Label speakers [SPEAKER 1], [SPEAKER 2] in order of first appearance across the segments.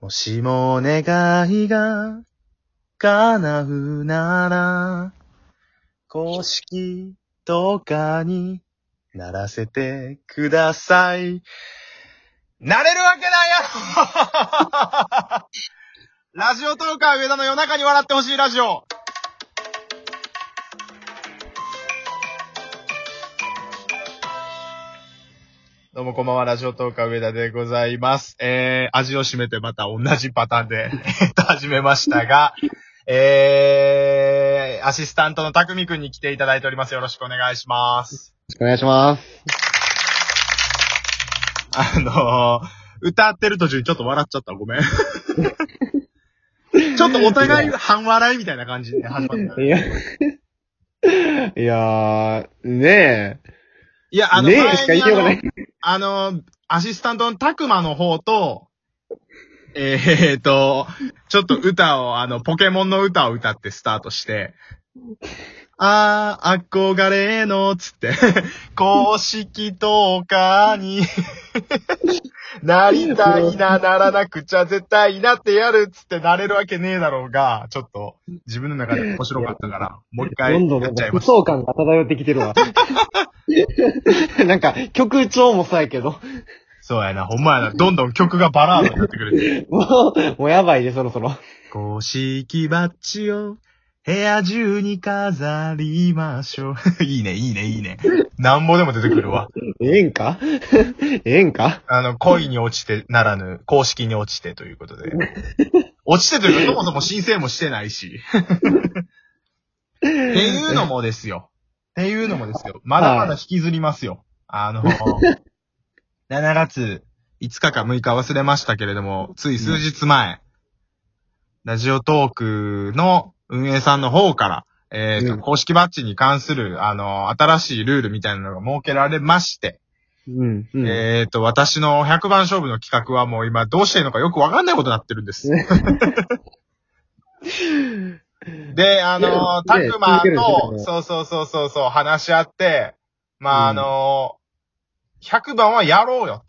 [SPEAKER 1] もしも願いが叶うなら、公式とかにならせてください。なれるわけないやろ ラジオトーカー上田の夜中に笑ってほしいラジオどうもこんばんは、ラジオトーカー上田でございます。えー、味を占めてまた同じパターンで、えーっと、始めましたが、えー、アシスタントのたくみくんに来ていただいております。よろしくお願いします。
[SPEAKER 2] よろしくお願いします。
[SPEAKER 1] あのー、歌ってる途中にちょっと笑っちゃった。ごめ ん。ちょっとお互い半笑いみたいな感じで始まった。
[SPEAKER 2] いや、いやー、ね
[SPEAKER 1] いや、
[SPEAKER 2] え、
[SPEAKER 1] あの、
[SPEAKER 2] ねえ
[SPEAKER 1] 前
[SPEAKER 2] しか言い
[SPEAKER 1] にあ
[SPEAKER 2] ようが
[SPEAKER 1] の
[SPEAKER 2] ない。
[SPEAKER 1] あの、アシスタントのたくまの方と、えー、と、ちょっと歌を、あの、ポケモンの歌を歌ってスタートして、あー、憧れの、つって、公式とかに、なりたいな、ならなくちゃ絶対なってやる、つってなれるわけねえだろうが、ちょっと、自分の中で面白かったから、もう一
[SPEAKER 2] ど
[SPEAKER 1] 回
[SPEAKER 2] んどん
[SPEAKER 1] や
[SPEAKER 2] な
[SPEAKER 1] っ
[SPEAKER 2] ん
[SPEAKER 1] ちゃい
[SPEAKER 2] か不
[SPEAKER 1] まし
[SPEAKER 2] 相感が漂ってきてるわ。なんか、曲調もそうやけど、
[SPEAKER 1] そうやな、ほんまやな、どんどん曲がバラードになってくれて。
[SPEAKER 2] もう、もうやばいで、そろそろ。
[SPEAKER 1] 公式バッジを部屋中に飾りましょう。 いいね、いいね、いいね。なんぼでも出てくるわ。
[SPEAKER 2] ええんかええんか
[SPEAKER 1] あの、恋に落ちてならぬ、公式に落ちてということで。落ちてというか、そもそも申請もしてないし。っていうのもですよ。っていうのもですよ。まだまだ引きずりますよ。あの、7月5日か6日忘れましたけれども、つい数日前、ラジオトークの運営さんの方から、えーと
[SPEAKER 2] うん
[SPEAKER 1] 公式バッジに関する、あの、新しいルールみたいなのが設けられまして、
[SPEAKER 2] うん、うん。
[SPEAKER 1] えーと、私の100番勝負の企画はもう今どうしていいのかよくわかんないことになってるんです。で、あの、た
[SPEAKER 2] ね
[SPEAKER 1] くま
[SPEAKER 2] 続けるん
[SPEAKER 1] と、
[SPEAKER 2] です
[SPEAKER 1] そうそうそうそうそう、話し合って、まあ、あ
[SPEAKER 2] うん
[SPEAKER 1] の、100番はやろうよ、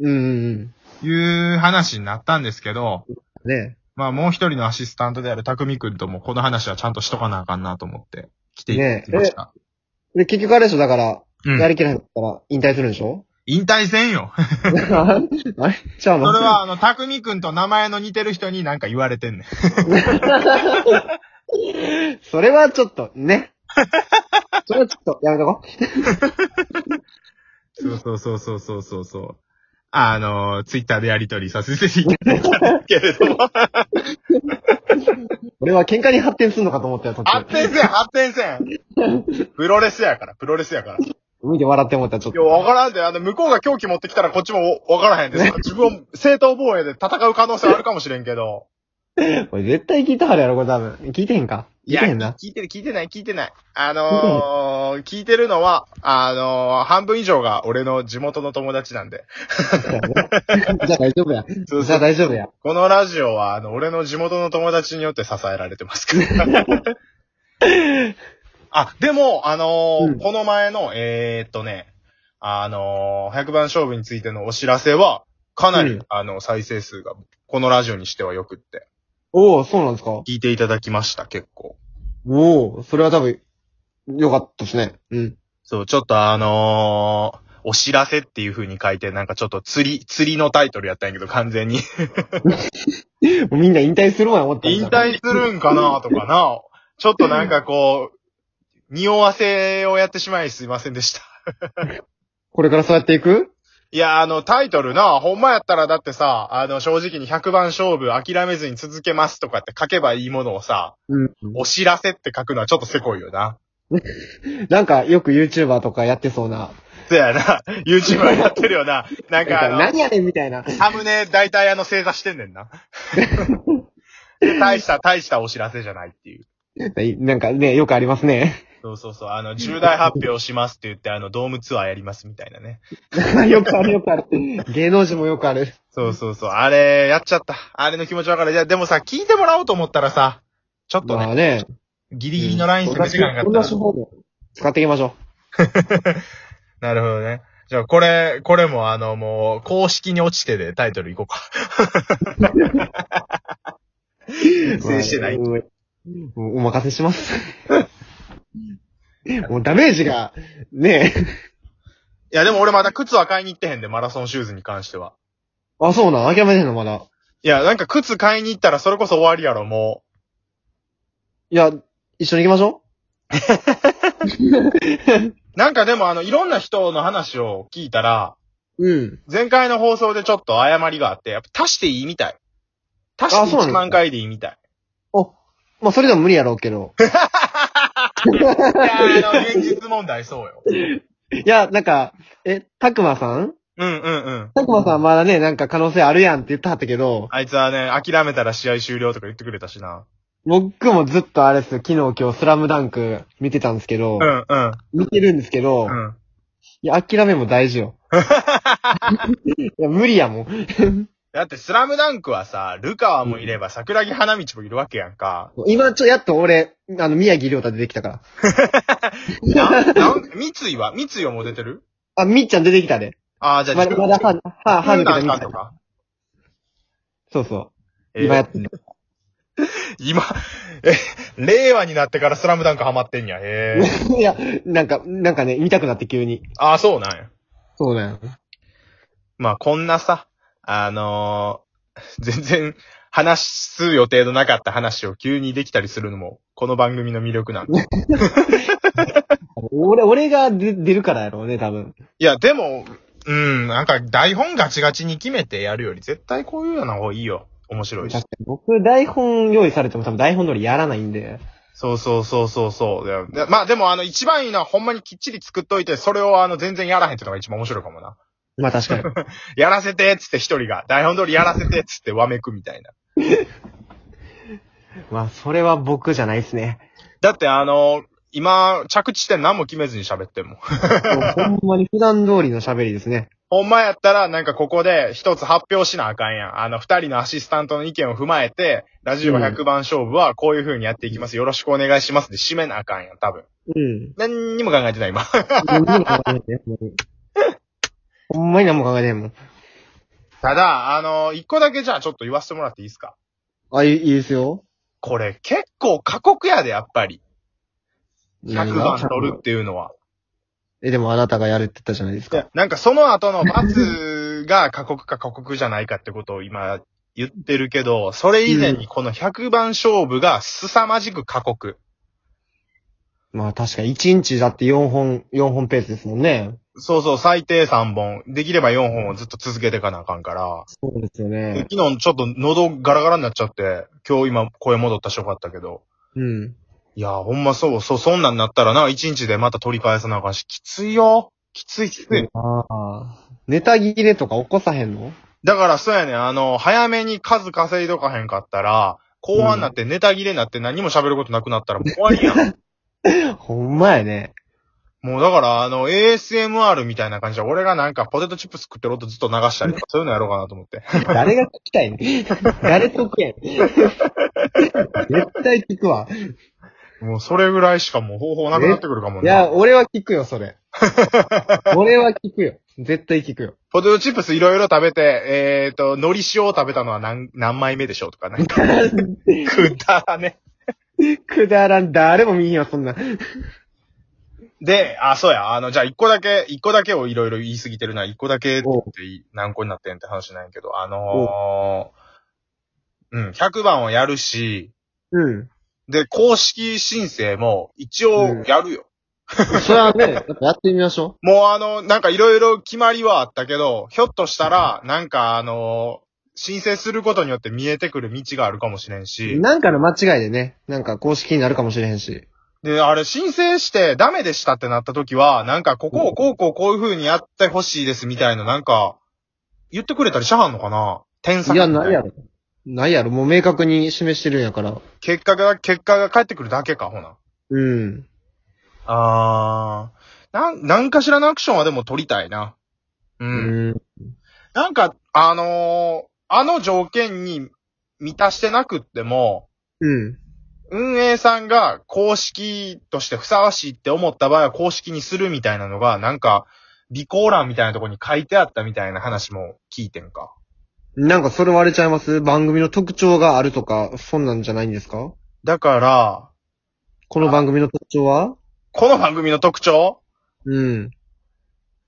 [SPEAKER 2] うん、うん
[SPEAKER 1] という話になったんですけど、
[SPEAKER 2] うん。ね
[SPEAKER 1] まあ、もう一人のアシスタントであるたくみくんともこの話はちゃんとしとかなあかんなと思って来ていただきました。
[SPEAKER 2] え。で、結局あれでしょ、だから、
[SPEAKER 1] う
[SPEAKER 2] や
[SPEAKER 1] ん。
[SPEAKER 2] りきらなかったら引退するんでし ょ
[SPEAKER 1] 引退せんよ。
[SPEAKER 2] あれちゃ
[SPEAKER 1] そ
[SPEAKER 2] うの
[SPEAKER 1] れは、あの、たくみくんと名前の似てる人になんか言われてんねん。
[SPEAKER 2] それはちょっと、ね。それはちょっと、やめとこう。
[SPEAKER 1] そうそうそうそうそうそうそう。あの、ツイッターでやりとりさせていただいたんですけれど も。
[SPEAKER 2] 俺は喧嘩に発展するのかと思ったよ、途
[SPEAKER 1] 発
[SPEAKER 2] 中。
[SPEAKER 1] 展せん、発展せん。プロレスやから、プロレスやから。い
[SPEAKER 2] 見て笑って思った、ちょっ
[SPEAKER 1] や、
[SPEAKER 2] と。
[SPEAKER 1] わからんで、あの、向こうが狂気持ってきたらこっちもわからへん で、自分を正当防衛で戦う可能性あるかもしれんけど。
[SPEAKER 2] これ絶対聞いたはるやろ、これ多分。聞いてへんか聞いてへんな。
[SPEAKER 1] 聞いてる、聞いてない、聞いてない。あのー、聞いてるのは、あのー、半分以上が俺の地元の友達なん で。
[SPEAKER 2] そうやねじゃあ大丈夫や。
[SPEAKER 1] そう
[SPEAKER 2] じゃあ大丈夫や。
[SPEAKER 1] このラジオは、あの、俺の地元の友達によって支えられてます から。あ、でも、あのー
[SPEAKER 2] うん
[SPEAKER 1] この前の、えーっとね、あのー、100番勝負についてのお知らせは、かなり、
[SPEAKER 2] うん
[SPEAKER 1] あの、再生数が、このラジオにしてはよくって、
[SPEAKER 2] おおそうなんですか
[SPEAKER 1] 聞いていただきました、結構。
[SPEAKER 2] おおそれは多分、よかったですね。うん。
[SPEAKER 1] そう、ちょっとあのーお知らせっていう風に書いて、なんかちょっと釣り、釣りのタイトルやったんやけど、完全に。
[SPEAKER 2] もうみんな引退するわよ、思ったんじ
[SPEAKER 1] 引
[SPEAKER 2] ゃん
[SPEAKER 1] 退するんかなとかな。ちょっとなんかこう、匂わせをやってしまいすいませんでした。
[SPEAKER 2] これからそうやっていく
[SPEAKER 1] いや、あの、タイトルな、ほんまやったらだってさ、あの、正直に100番勝負諦めずに続けますとかって書けばいいものをさ、
[SPEAKER 2] うん。
[SPEAKER 1] お知らせって書くのはちょっとせこいよな。
[SPEAKER 2] なんか、よく YouTuber とかやってそうな。
[SPEAKER 1] そうやな。YouTuber やってるよな。なん
[SPEAKER 2] なん
[SPEAKER 1] か
[SPEAKER 2] か
[SPEAKER 1] あの、
[SPEAKER 2] 何やねんみたいな。
[SPEAKER 1] サムネ、大体あの、正座してんねんな。で大した、大したお知らせじゃないっていう。
[SPEAKER 2] なんかね、よくありますね。
[SPEAKER 1] そうそうそう。あの、重大発表しますって言って、あの、ドームツアーやりますみたいなね。
[SPEAKER 2] よくある、よくある。芸能人もよくある。
[SPEAKER 1] そうそうそう。あれ、やっちゃった。あれの気持ちわかる。いや、でもさ、聞いてもらおうと思ったらさ、ちょっとね、
[SPEAKER 2] まあね。
[SPEAKER 1] ギリギリのライン攻めていかなか
[SPEAKER 2] こ
[SPEAKER 1] っ
[SPEAKER 2] んな
[SPEAKER 1] た
[SPEAKER 2] 手
[SPEAKER 1] ら。
[SPEAKER 2] 法で使っていきましょ
[SPEAKER 1] なるほどね。じゃあ、これ、これもあの、もう、公式に落ちてでタイトルいこうか。制してない。
[SPEAKER 2] もうお任せ します。もうダメージが、ねえ。
[SPEAKER 1] いや、でも俺まだ靴は買いに行ってへんで、マラソンシューズに関しては。
[SPEAKER 2] あ、そうなん諦めてんのまだ。
[SPEAKER 1] いや、なんか靴買いに行ったらそれこそ終わりやろ、も
[SPEAKER 2] いや、一緒に行きましょ
[SPEAKER 1] う。なんかでもあの、いろんな人の話を聞いたら、
[SPEAKER 2] う。うん。
[SPEAKER 1] 前回の放送でちょっと誤りがあって、やっぱ足していいみたい。足
[SPEAKER 2] あ
[SPEAKER 1] して
[SPEAKER 2] そ
[SPEAKER 1] 1
[SPEAKER 2] うなんですか
[SPEAKER 1] 万回でいいみたい。
[SPEAKER 2] まあ、それでも無理やろう けど。
[SPEAKER 1] いや、あの、現実問題そうよ。
[SPEAKER 2] いや、なんか、え、たくまさん
[SPEAKER 1] うんうんうん。
[SPEAKER 2] たくまさんまだね、なんか可能性あるやんって言ってはったけど、
[SPEAKER 1] あいつはね、諦めたら試合終了とか言ってくれたしな。
[SPEAKER 2] 僕もずっとあれですよ、昨日今日スラムダンク見てたんですけ
[SPEAKER 1] う、
[SPEAKER 2] ど
[SPEAKER 1] んうん。
[SPEAKER 2] 見てるんですけど、
[SPEAKER 1] うん。
[SPEAKER 2] いや、諦めも大 事よ。いや、無理やもん。
[SPEAKER 1] だって、スラムダンクはさ、ルカワもいれば、桜木花道もいるわけやんか。
[SPEAKER 2] 今、ちょ、やっと俺、あの、宮城亮太出てきたから。
[SPEAKER 1] なん、なん、 三井は三井はもう出てる
[SPEAKER 2] あ、みっちゃん出てきたで。
[SPEAKER 1] ああ、じゃあ、
[SPEAKER 2] まだ、まだ歯、歯、歯抜けたみっ
[SPEAKER 1] 判
[SPEAKER 2] ちゃ
[SPEAKER 1] と
[SPEAKER 2] ん。
[SPEAKER 1] か。
[SPEAKER 2] そうそ
[SPEAKER 1] え
[SPEAKER 2] う。今や
[SPEAKER 1] ー
[SPEAKER 2] ってる。
[SPEAKER 1] 今、え、令和になってからスラムダンクハマってんや。へえ。
[SPEAKER 2] いや、なんか、なんかね、見たくなって急に。
[SPEAKER 1] ああ、そうなんや。
[SPEAKER 2] そうなんよ。
[SPEAKER 1] まあ、こんなさ、あのー全然話す予定のなかった話を急にできたりするのも、この番組の魅力なんで。
[SPEAKER 2] 俺、俺が出出るからやろうね、多分。
[SPEAKER 1] いや、でも、うん、なんか台本ガチガチに決めてやるより、絶対こういうような方がいいよ。面白い
[SPEAKER 2] 確
[SPEAKER 1] し
[SPEAKER 2] か。に僕、台本用意されても多分台本通りやらないんで。
[SPEAKER 1] そうそうそうそうそういや。でまあでも、あの、一番いいのはほんまにきっちり作っといて、それをあの、全然やらへんっていうのが一番面白いかもな。
[SPEAKER 2] まあ確かに。
[SPEAKER 1] やらせてっつって一人が、台本通りやらせてっつってわめくみたいな。
[SPEAKER 2] まあ、それは僕じゃないっすね。
[SPEAKER 1] だってあの、今、着地点何も決めずに喋ってんもん。
[SPEAKER 2] もうほんまに普段通りの喋りですね。
[SPEAKER 1] ほんまやったら、なんかここで一つ発表しなあかんやん。あの、二人のアシスタントの意見を踏まえて、ラジオ100番勝負はこういう風にやっていきます。よろしくお願いします。で、締めなあかんやん、多分。
[SPEAKER 2] うん。
[SPEAKER 1] 何にも考えてない、今。
[SPEAKER 2] 何も考えてないほんまにほんまに何も考えてないもん。
[SPEAKER 1] ただ、あの、一個だけじゃあちょっと言わせてもらっていいですか
[SPEAKER 2] あ、いいいいですよ。
[SPEAKER 1] これ結構過酷やで、やっぱり。100
[SPEAKER 2] 何が
[SPEAKER 1] 番取るっていうのは。
[SPEAKER 2] え、でもあなたがやるって言ったじゃないです
[SPEAKER 1] い
[SPEAKER 2] か。
[SPEAKER 1] やなんかその後の罰が過酷か過酷じゃないかってことを今言ってるけど、それ以前にこの100番勝負が凄まじく過酷。
[SPEAKER 2] まあ確かに1日だって4本、4本ペースですもんね。
[SPEAKER 1] そうそう、最低3本。できれば4本をずっと続けていかなあかんから。
[SPEAKER 2] そうですよね。
[SPEAKER 1] 昨日ちょっと喉ガラガラになっちゃって、今日今声戻ったしよかったけど。
[SPEAKER 2] うん。
[SPEAKER 1] いや、ほんまそう、そう、そんなんなったらな、1日でまた取り返さなあかんし、きついよ。きついきつい。
[SPEAKER 2] ああ。ネタ切れとか起こさへんの
[SPEAKER 1] だからそうやねん、あの、早めに数稼いとかへんかったら、後半になってネタ切れになって何も喋ることなくなったらもう怖いやん。
[SPEAKER 2] ほんまやね。
[SPEAKER 1] もうだから、あの、ASMR みたいな感じで、俺がなんかポテトチップス食ってる音ずっと流したりとか、そういうのやろうかなと思って。
[SPEAKER 2] 誰が聞き たいね誰とけん。絶対聞くわ。
[SPEAKER 1] もうそれぐらいしかもう方法なくなってくるかも
[SPEAKER 2] い
[SPEAKER 1] ね。
[SPEAKER 2] や、俺は聞くよ、そ れ。俺は聞くよ。絶対聞くよ。
[SPEAKER 1] ポテトチップスいろいろ食べて、えっ、ー、と、海苔塩を食べたのは何、何枚目でしょうとか ね。くだらね。
[SPEAKER 2] くだらん、誰も見んよ、そんな。
[SPEAKER 1] で、あ、そうや、あの、じゃあ一個だけ、一個だけをいろいろ言い過ぎてるな、一個だけって
[SPEAKER 2] おう
[SPEAKER 1] 何個になってんって話なんやけど、あのー、うん、100番をやるし、
[SPEAKER 2] うん。
[SPEAKER 1] で、公式申請も一応やるよ。
[SPEAKER 2] それはね、やっぱやってみましょ
[SPEAKER 1] もうあの、なんかいろいろ決まりはあったけど、ひょっとしたら、なんかあのー申請することによって見えてくる道があるかもしれん
[SPEAKER 2] う。
[SPEAKER 1] し、
[SPEAKER 2] なんかの間違いでね、なんか公式になるかもしれへんし。
[SPEAKER 1] で、あれ、申請してダメでしたってなった時は、なんか、ここをこうこうこういう風にやってほしいですみたいな、なんか、言ってくれたりしはんのかな天才。
[SPEAKER 2] いや、ないや。ろ。ないやろ。もう明確に示してるんやから。
[SPEAKER 1] 結果が、結果が返ってくるだけか、ほな。
[SPEAKER 2] うん。
[SPEAKER 1] あー。なん、なんかしらのアクションはでも取りたいな。う。
[SPEAKER 2] うんん。
[SPEAKER 1] なんか、あのーあの条件に満たしてなくっても、
[SPEAKER 2] うん。
[SPEAKER 1] 運営さんが公式としてふさわしいって思った場合は公式にするみたいなのが、なんか、備考欄みたいなとこに書いてあったみたいな話も聞いてんか。
[SPEAKER 2] なんかそれ割れちゃいます番組の特徴があるとか、そんなんじゃないんですか
[SPEAKER 1] だから、
[SPEAKER 2] この番組の特徴は
[SPEAKER 1] この番組の特徴
[SPEAKER 2] うん。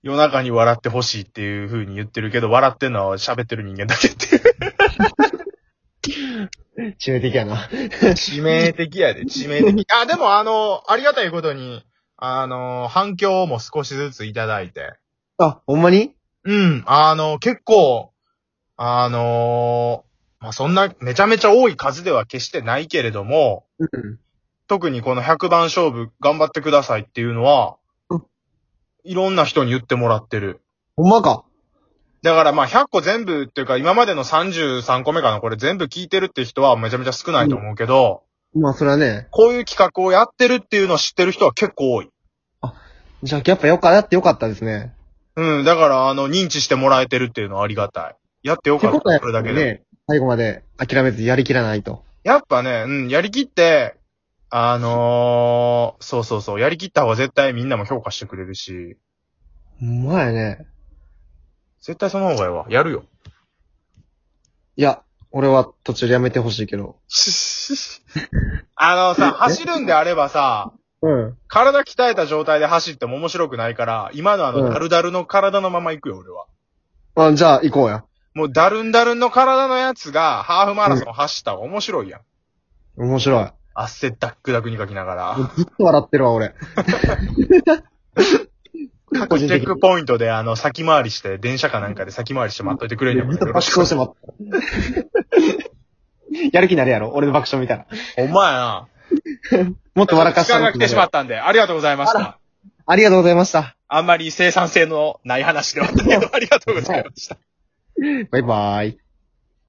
[SPEAKER 1] 夜中に笑ってほしいっていう風に言ってるけど、笑ってんのは喋ってる人間だけっていう。
[SPEAKER 2] 致命的やな。
[SPEAKER 1] 致命的やで、致命的。 あ、でもあの、ありがたいことに、あの、反響も少しずついただいて。
[SPEAKER 2] あ、ほんまに
[SPEAKER 1] うん、あの、結構、あのまあ、そんな、めちゃめちゃ多い数では決してないけれども、
[SPEAKER 2] うん。
[SPEAKER 1] 特にこの100番勝負頑張ってくださいっていうのは
[SPEAKER 2] うん、
[SPEAKER 1] いろんな人に言ってもらってる。
[SPEAKER 2] ほんまか。
[SPEAKER 1] だからまあ100個全部っていうか今までの33個目かなこれ全部聞いてるって人はめちゃめちゃ少ないと思うけど、
[SPEAKER 2] まあそれはね。
[SPEAKER 1] こういう企画をやってるっていうのを知ってる人は結構多い。
[SPEAKER 2] じゃあやっぱよかったってよかったですね。
[SPEAKER 1] うん、だからあの認知してもらえてるっていうのはありがたい。やってよ
[SPEAKER 2] って
[SPEAKER 1] かっ
[SPEAKER 2] こと
[SPEAKER 1] た、
[SPEAKER 2] はやっ
[SPEAKER 1] これだ
[SPEAKER 2] ぱ
[SPEAKER 1] け
[SPEAKER 2] り
[SPEAKER 1] で。
[SPEAKER 2] ね、最後まで諦めずやりきらないと。
[SPEAKER 1] やっぱね、うん、やりきって、あのー、そうそうそう、やりきった方が絶対みんなも評価してくれるし、
[SPEAKER 2] ほんまやね。
[SPEAKER 1] 絶対その方がいいわ。やる よ。
[SPEAKER 2] いや、俺は途中でやめてほしいけど。
[SPEAKER 1] あのさ、走るんであればさ、
[SPEAKER 2] うん。
[SPEAKER 1] 体鍛えた状態で走っても面白くないから、今のあ
[SPEAKER 2] う
[SPEAKER 1] の、
[SPEAKER 2] ん
[SPEAKER 1] ダルダルの体のまま行くよ、俺は。
[SPEAKER 2] あ、じゃあ行こうや。
[SPEAKER 1] もう、ダルンダルンの体のやつが、ハーフマラソン走った方が面白いやん。
[SPEAKER 2] 面白い。
[SPEAKER 1] 汗ダックダックにかきながら。
[SPEAKER 2] ずっと笑ってる わ、俺。
[SPEAKER 1] 各チェックポイントで、あの、先回りして、電車かなんかで先回りして待っといてくれんやん。
[SPEAKER 2] ずっと爆笑し てもらった。やる気になるやろ俺の爆笑見たら。
[SPEAKER 1] ほんまやな。
[SPEAKER 2] もっと笑かし
[SPEAKER 1] 時
[SPEAKER 2] た
[SPEAKER 1] 間
[SPEAKER 2] ろ
[SPEAKER 1] が来てしまったんで、ありがとうございまし
[SPEAKER 2] あ
[SPEAKER 1] た。
[SPEAKER 2] ありがとうございました。
[SPEAKER 1] あんまり生産性のない話ではあったけど、ありがとうございました。
[SPEAKER 2] バイバイ。